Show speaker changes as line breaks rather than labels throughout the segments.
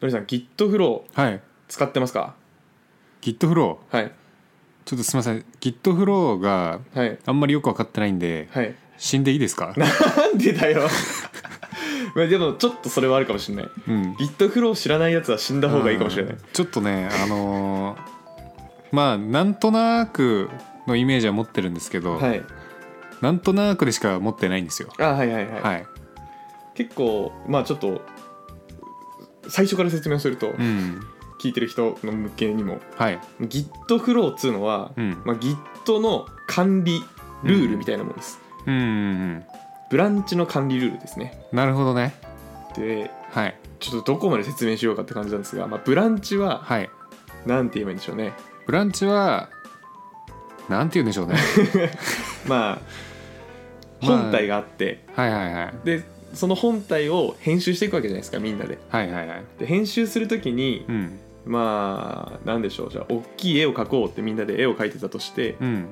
のりさん GitFlow
はい
使ってますか
GitFlow
はい
ちょっとすみません GitFlow が
はい
あんまりよく分かってないんで、
はい
死んでいいですか
なんでだよ まあでもちょっとそれはあるかもしれない
うん
GitFlow 知らないやつは死んだ方がいいかもしれない
うんちょっとねあのーまあなんとなくのイメージは持ってるんですけど、
はい
なんとなくでしか持ってないんですよ
あはいはいはい、
はい、
結構まあちょっと最初から説明をすると、
うん
聞いてる人の向けにも
はい、
GitFlow っつうのは、
うん
まあ、Git の管理ルールみたいなものです、
うんうんうん
ブランチの管理ルールですね
なるほどね
で
はい
ちょっとどこまで説明しようかって感じなんですが、まあ、ブランチは
はい
なんて言えばいいんでしょうね
ブランチはなんて言うんで しょうね
まあ
まあ
本体があって、
はいはいはい
でその本体を編集していくわけじゃないですかみんなで
はいはいはい
で編集するときに、
うん
まあなんでしょうじゃあ大きい絵を描こうってみんなで絵を描いてたとして、
うん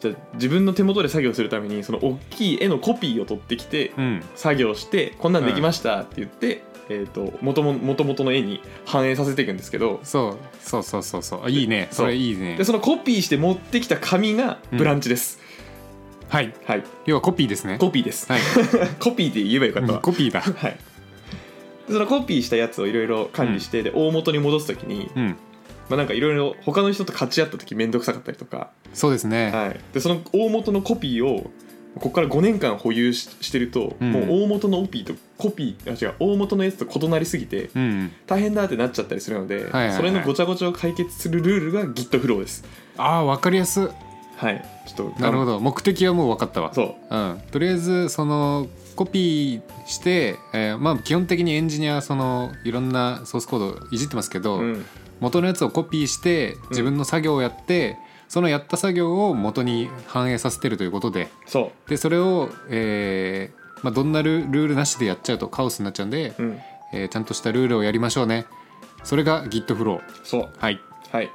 じゃあ自分の手元で作業するためにその大きい絵のコピーを取ってきて、
うん
作業してこんなんできましたって言って、えー、と元も元々の絵に反映させていくんですけど
そうそうそうそうそうあいいねそれいいね
でそのコピーして持ってきた紙がブランチです、
はい
はい
要はコピーですね
コピーです、
はい
コピーで言えばよかった
うん
わ、
コピーだ
はいでそのコピーしたやつをいろいろ管理して、で大元に戻す時に、
うん
まあ、なんかいろいろ他の人と勝ち合った時面倒くさかったりとか、
そうですね、
はい、でその大元のコピーをここから5年間保有ししてると、
うん
もう大元のオピーとコピーあ違う大元のやつと異なりすぎて
うんうん
大変だってなっちゃったりするので、
いはいはい
それのごちゃごちゃを解決するルールが GitFlow です
ああ分かりやす
はいちょっと
なるほ
ど
ど目的はもう分かったわ
そう
うん、とりあえずそのコピーして、えーまあ、基本的にエンジニアはそのいろんなソースコードいじってますけど、
うん
元のやつをコピーして自分の作業をやって、そのやった作業を元に反映させてるということで
そ
でそれを、えーまあ、どんなルルールなしでやっちゃうとカオスになっちゃうんで、
ううん
えーちゃんとしたルールをやりましょうねそれが GitFlow
そう
はい
はい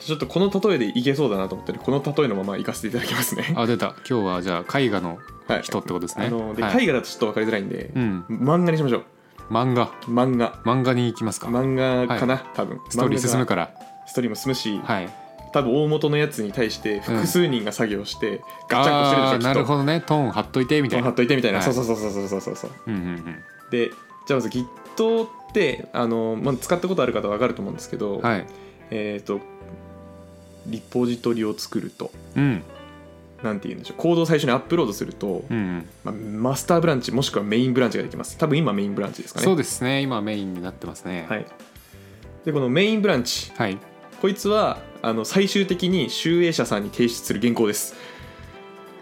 ちょっとこの例えでいけそうだなと思ったのでこの例えのままいかせていただきますね
あ出た今日はじゃあ絵画の
はい
人ってことですね、
あので
はい
絵画だとちょっと分かりづらいんで、
うん、
漫画にしましょ
漫画
う漫画
漫画に行きますか
漫画かな、多分
ストーリー進む
か
から
ストーリーも進むし、
はい
多分大元のやつに対して複数人が作業して、ガチャンコしてるでしょ
あ
き
ー
っと
なるほどねトーン貼っといてみたい
貼
な
っといてみたいな、
はい
そうそうそうそうそうそうそう
うんうん
でじゃあまず Git ってあの、まあ、使ったことある方は分かると思うんですけど、
うんはい
えっ、とリポジトリを作ると
うん
なんて言うんでしょうコードを最初にアップロードすると、
うんうん
まあ、マスターブランチもしくはメインブランチができます多分今メインブランチですかね
そうですね今メインになってますね
はい、でこのメインブランチ
はい
こいつはあの最終的に集英社さんに提出する原稿です、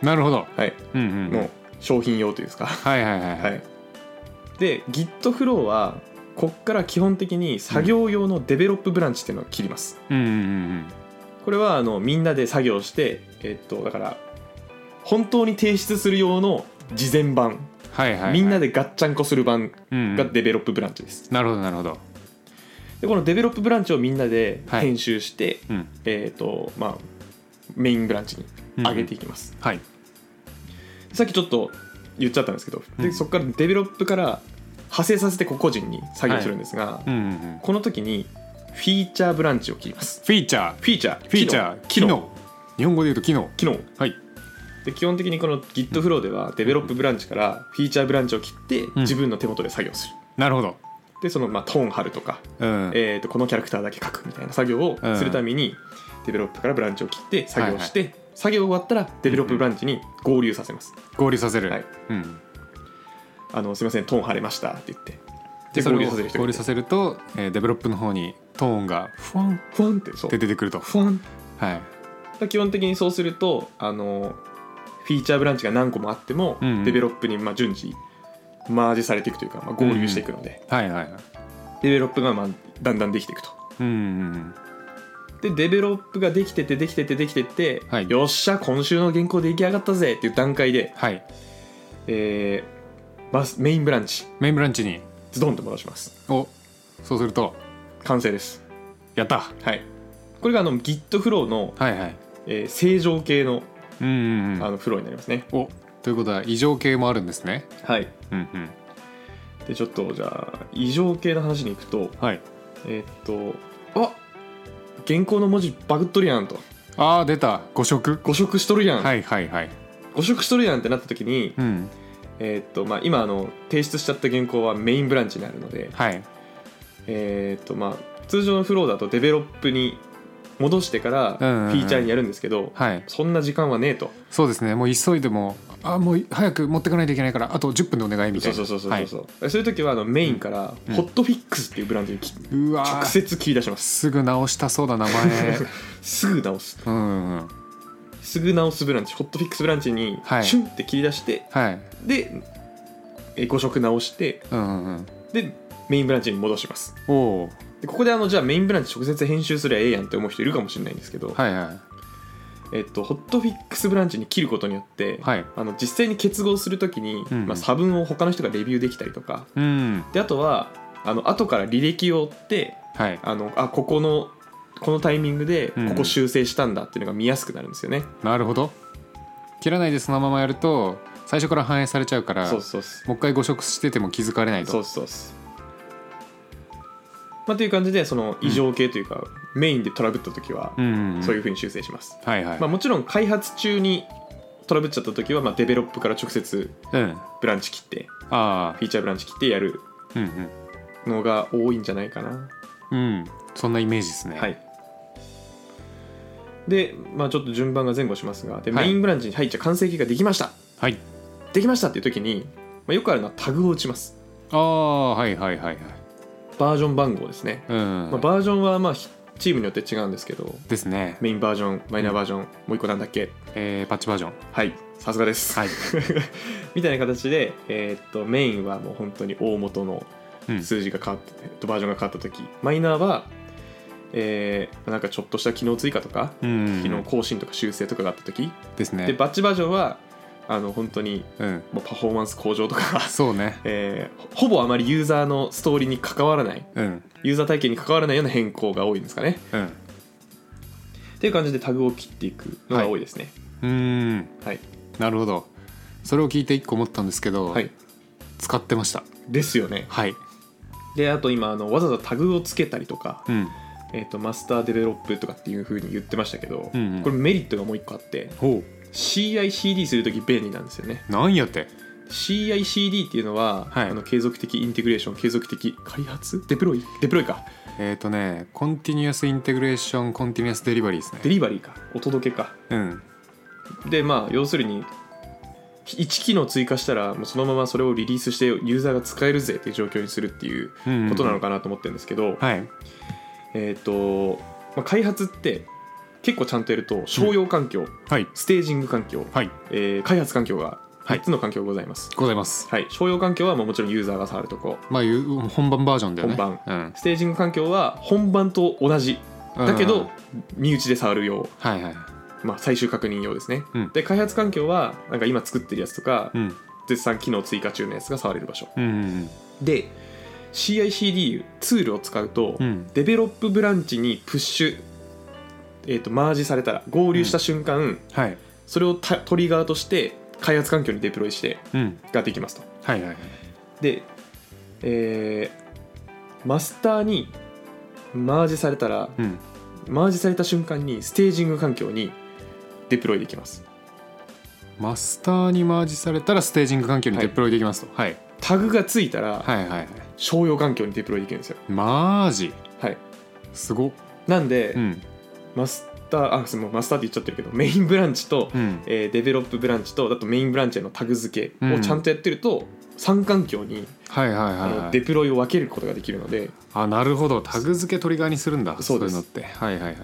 なるほど
はい、
うんうんうん
の商品用というんですか
はいはいはい
は
はい
い、で GitFlow はこっから基本的に作業用のデベロップブランチっていうのを切ります、
うんうんうん
これはあのみんなで作業してえっとだから本当に提出する用の事前版、
はいはいはい
みんなでガッチャンコする版
うんう
が
ん
デベロップブランチです、
なるほどなるほど
でこのデベロップブランチをみんなで
はい
編集して、
うん
えっとまあメインブランチに上げていきます、
はい
さっきちょっと言っちゃったんですけど、
う
で
ん
そこからデベロップから派生させて個々人に作業するんですが、
うんうんうん
この時にフィーチャーブランチを切ります
フィーチャー
フ
フ
ィーチャーフ
ィーチャー機能日本語で言うと機能
機能
はい
で基本的にこの GitFlow ではデベロップブランチからフィーチャーブランチを切って
ん
自分の手元で作業する、
なるほど
でそのまあトーン貼るとか、
うん
えー、とこのキャラクターだけ書くみたいな作業をするためにデベロップからブランチを切って作業して、作業終わったらデベロップブランチに合流させます、
合流させる
はい
うん
あのすみませんトーン貼れましたって言ってで
でそれ
合流さ
を
せる人
合流させるとえーデベロップの方にトーンがふわんっ
ふわんってそう
て出てくると
ふわん
はい
基本的にそうするとあのフィーチャーブランチが何個もあっても、
うんうん
デベロップにまあ順次マージされていくというか、まあ、合流していくので、
はいはいはい
デベロップがまあだんだんできていくと
うんうんうん
でデベロップができててできててできてて、
はい
よっしゃ今週の原稿出来上がったぜっていう段階で、
はい
えーバスメインブランチ
メインブランチに
ズドンと戻します
おそうすると
完成です
やった
はいこれがあの GitFlow の、
はいはい
えー正常系の
うんうんう
あ
ん
のフローになりますね、
おということは異常系もあるんですね
はい
うんうん
でちょっとじゃあ異常系の話に行くと
はい
えーっとあ原稿の文字バグっとるやんと
ああ出た誤色
誤色しとるやん、
はいはいはい
誤色しとるやんってなった時に、
うん
えーっとまあ、今あの提出しちゃった原稿はメインブランチにあるので、
はい
えーっとまあ、通常のフローだとデベロップに戻してからフ
うんうんうん
ィーチャーにやるんですけど、
はい
そんな時間はねえと
そうですねもう急いでもあもう早く持ってかないといけないからあと10分でお願いみた
そ
いうな
そうそうそうそう
はい
そう、そういう時はあのメインから
うん
ホットフィックスっていうブランチにき
うわ
直
ー
接切り出します、
すぐ直したそう だ名前
すぐ直す
うんうんうん
すぐ直すブランチホットフィックスブランチに
はい
シュンって切り出して、
はい
でえー5色直して
うんうんうん
でメインブランチに戻します
おお
でここであのじゃあメインブランチ直接編集すりゃええやんって思う人いるかもしれないんですけど、
はいはい
えっと、ホットフィックスブランチに切ることによって、
はい
あの実際に結合するときに、
うんうん
まあ、差分を他の人がレビューできたりとか
うん
であとはあの後から履歴を追って
はい
あのあここのこのタイミングで
うん
ここ修正したんだっていうのが見やすくなるんですよね、
なるほど切らないでそのままやると最初から反映されちゃうから
そうそうそう
もう一回誤植してても気づかれないと
そうそうそうまあという感じでその異常系というか、メインでトラブった時は
うんうん、うん、
そういうふうに修正します、
はいはい、
まあ、もちろん開発中にトラブっちゃった時はまあデベロップから直接
うんあ
ブランチ切って
あ
フィーチャーブランチ切ってやる
うん
のが多いんじゃないかな
うんうんそんなイメージですね
はいでまあちょっと順番が前後しますがで
はい
メインブランチに入っちゃ完成形ができました
はい
できましたっていう時に、まあ、よくあるのはタグを打ちます
ああはいはいはいはい
バージョン番号ですね、
うん、
まあ、バージョンはまあひチームによって違うんですけど
ですね、
メインバージョンマイナーバージョン、もう一個なんだっけ
えーパッチバージョン
はいさすがです、
はい
みたいな形で、えーっとメインはもう本当に大元の
うん
数字が変わって、えっとバージョンが変わった時マイナーは、えーなんかちょっとした機能追加とか
うん
機能更新とか修正とかがあった時、
ですね
でバッチバージョンはあの本当に
うん
もうパフォーマンス向上とか、
そうね
えーほぼあまりユーザーのストーリーに関わらない
うん
ユーザー体験に関わらないような変更が多いんですかね
うん
っていう感じでタグを切っていくのが多いですね
うん
はい、
なるほどそれを聞いて一個思ったんですけど、
はい
使ってました
ですよね
はい
であと今あのわざわざタグをつけたりとか、
うん
えー、とマスターデベロップとかっていう風に言ってましたけど、
うんうん
これメリットがもう一個あって
ほ
CICD するとき便利なんですよね
うなんやって
CICD っていうのは、
はい
あの継続的インテグレーション継続的開発デプロイデプロイか
えっ、とねコンティニュアスインテグレーションコンティニュアスデリバリーですね
デリバリーかお届けか
うん
でまあ要するに1機能追加したらもうそのままそれをリリースしてユーザーが使えるぜっていう状況にするっていう
うん
ことなのかなと思ってるんですけど、
はい
えっ、と、まあ、開発って結構ちゃんとやると商用環境、
はい
ステージング環境、
はい
えー開発環境が
はい
3つの環境がございます、
ございます
はい商用環境はもうもちろんユーザーが触るとこ
まあゆ本番バージョンだよね
本ステージング環境は本番と同じ
うん、
だけ
うん
ど身内で触る用、
はいはい
まあ、最終確認用ですね、
うん
で開発環境はなんか今作ってるやつとか
うん
絶賛機能追加中のやつが触れる場所
うんうん
で CICD ツールを使うと、
うん
デベロップブランチにプッシュ、えー、とマージされたら合流した瞬間、
はい
それをたトリガーとして開発環境にデプロイして
うん
ができますと
はいはいはい
で、えーマスターにマージされたら、
うん
マージされた瞬間にステージング環境にデプロイできます
マスターにマージされたらステージング環境にデプロイできますとはい
タグがついたら
はいはいはい
商用環境にデプロイできるんですよ
マージ
はい
すごっ
なんで、
うん
マスターあすみませんマスターって言っちゃってるけどメインブランチと、
うん
えーデベロップブランチとあとメインブランチへのタグ付け
う
を
ん
ちゃんとやってると、三環境に
はいはいは
あ
い
の、
はい
デプロイを分けることができるので
あなるほどタグ付けトリガーにするんだ
そうです
いうのってはいはいはい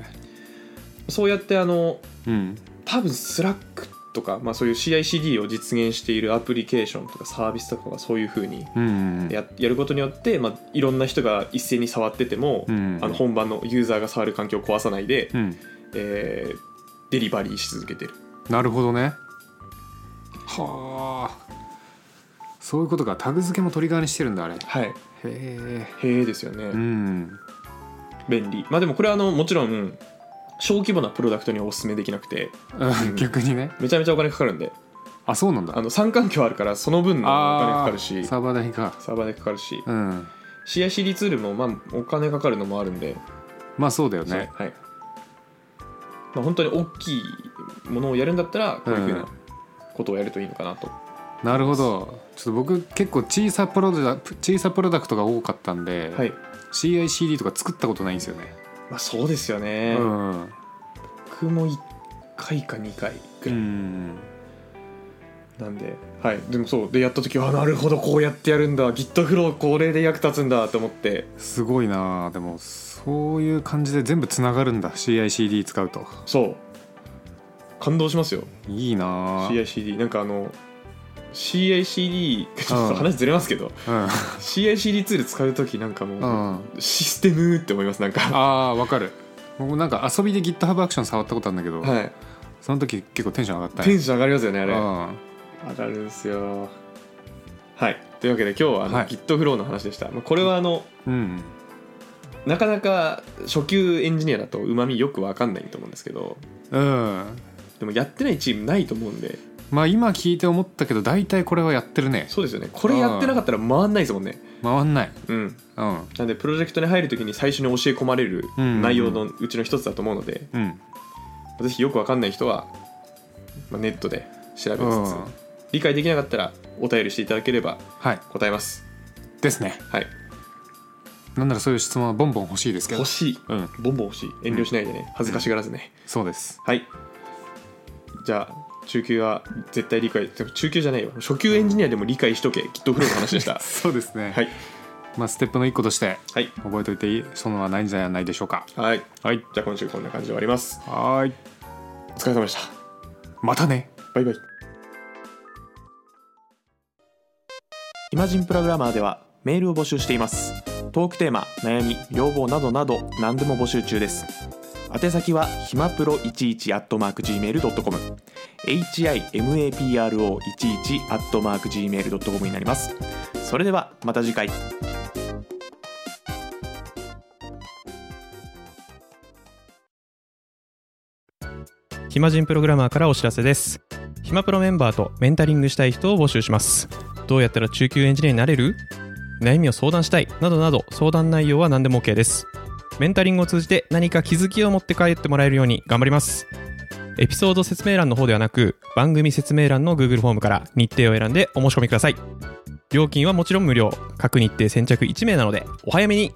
そうやってあの
うん
多分スラックとか、まあ、そういう CICD を実現しているアプリケーションとかサービスとかがそういうふうに
うんうん
ややることによって、まあ、いろんな人が一斉に触ってても、
うん
あの本番のユーザーが触る環境を壊さないで、
うん
えーデリバリーし続けてる
なるほどねはあそういうことかタグ付けもトリガーにしてるんだあれへ
はい
え
へえですよね、
うん
便利まあでもこれはあのもちろん小規模なプロダクトにはお勧めできなくて
うん逆にね
めちゃめちゃお金かかるんで
あそうなんだ
あの三環境あるからその分のお金かかるし
サーバー代か
サーバーでかかるし
うん
CICD ツールもまあお金かかるのもあるんで、
まあそうだよね
そうはいまあ本当に大きいものをやるんだったらこういうふう
うん
なことをやるといいのかなと、
なるほどちょっと僕結構小さプロダ小さプロダクトが多かったんで、
はい、
CICD とか作ったことないんですよね、
まあ、そうですよね、
うん
僕も1回か2回
う
ぐらい
ん
なんで、はいでもそうでやった時はあなるほどこうやってやるんだ GitFlow これで役立つんだと思って
すごいなあでもそういう感じで全部つながるんだ CICD 使うと
そう感動しますよ
いいなあ
CICD なんかあの CICD ちょっと話ずれますけど、CICD ツール使う時なんかも
う
う、
ん、うん、
システムって思いますなんか
あーわかる僕なんか遊びで GitHub アクション触ったことあるんだけど、
はい
その時結構テンション上がった
テ
ね
ンション上がりますよねあれ上
うん
がるんですよはいというわけで今日はあの、
はい
GitFlow の話でした、まあ、これはあの
うん
なかなか初級エンジニアだとうまみよくわかんないと思うんですけど
うん
でもやってないチームないと思うんで
まあ今聞いて思ったけど大体これはやってるね
そうですよねこれやってなかったら回んないですもんね
回んない
うん
うん
なんでプロジェクトに入るときに最初に教え込まれる
うん
内容のうちの一つだと思うので、
うん
ぜひよくわかんない人は、まあ、ネットで調べつつ、
うん
理解できなかったらお便りしていただければ
はい
答えます
ですね
はい
なんならそういう質問はボンボン欲しいですけど
欲しい
うん
ボンボン欲しい遠慮しないでね恥ずかしがらずね、
そう です
はいじゃあ中級は絶対理解でも中級じゃないよ初級エンジニアでも理解しとけきっとフローの話で した
そうですね
はい
まあステップの一個として
はい
覚えておいていいそのはないんじゃないでしょうか
はい
はい
じゃあ今週こんな感じで終わります
はーい
お疲れ様でした
またね
バイバイイマジンプログラマーではメールを募集していますトークテーマ悩み要望などなど何でも募集中です宛先はひまプロ11 at mark gmail.com himapro11 at mark gmail.com になりますそれではまた次回
暇人プログラマーからお知らせです暇プロメンバーとメンタリングしたい人を募集しますどうやったら中級エンジニアになれる悩みを相談したいなどなど相談内容は何でも OK ですメンタリングを通じて何か気づきを持って帰ってもらえるように頑張りますエピソード説明欄の方ではなく番組説明欄の Google フォームから日程を選んでお申し込みください料金はもちろん無料各日程先着1名なのでお早めに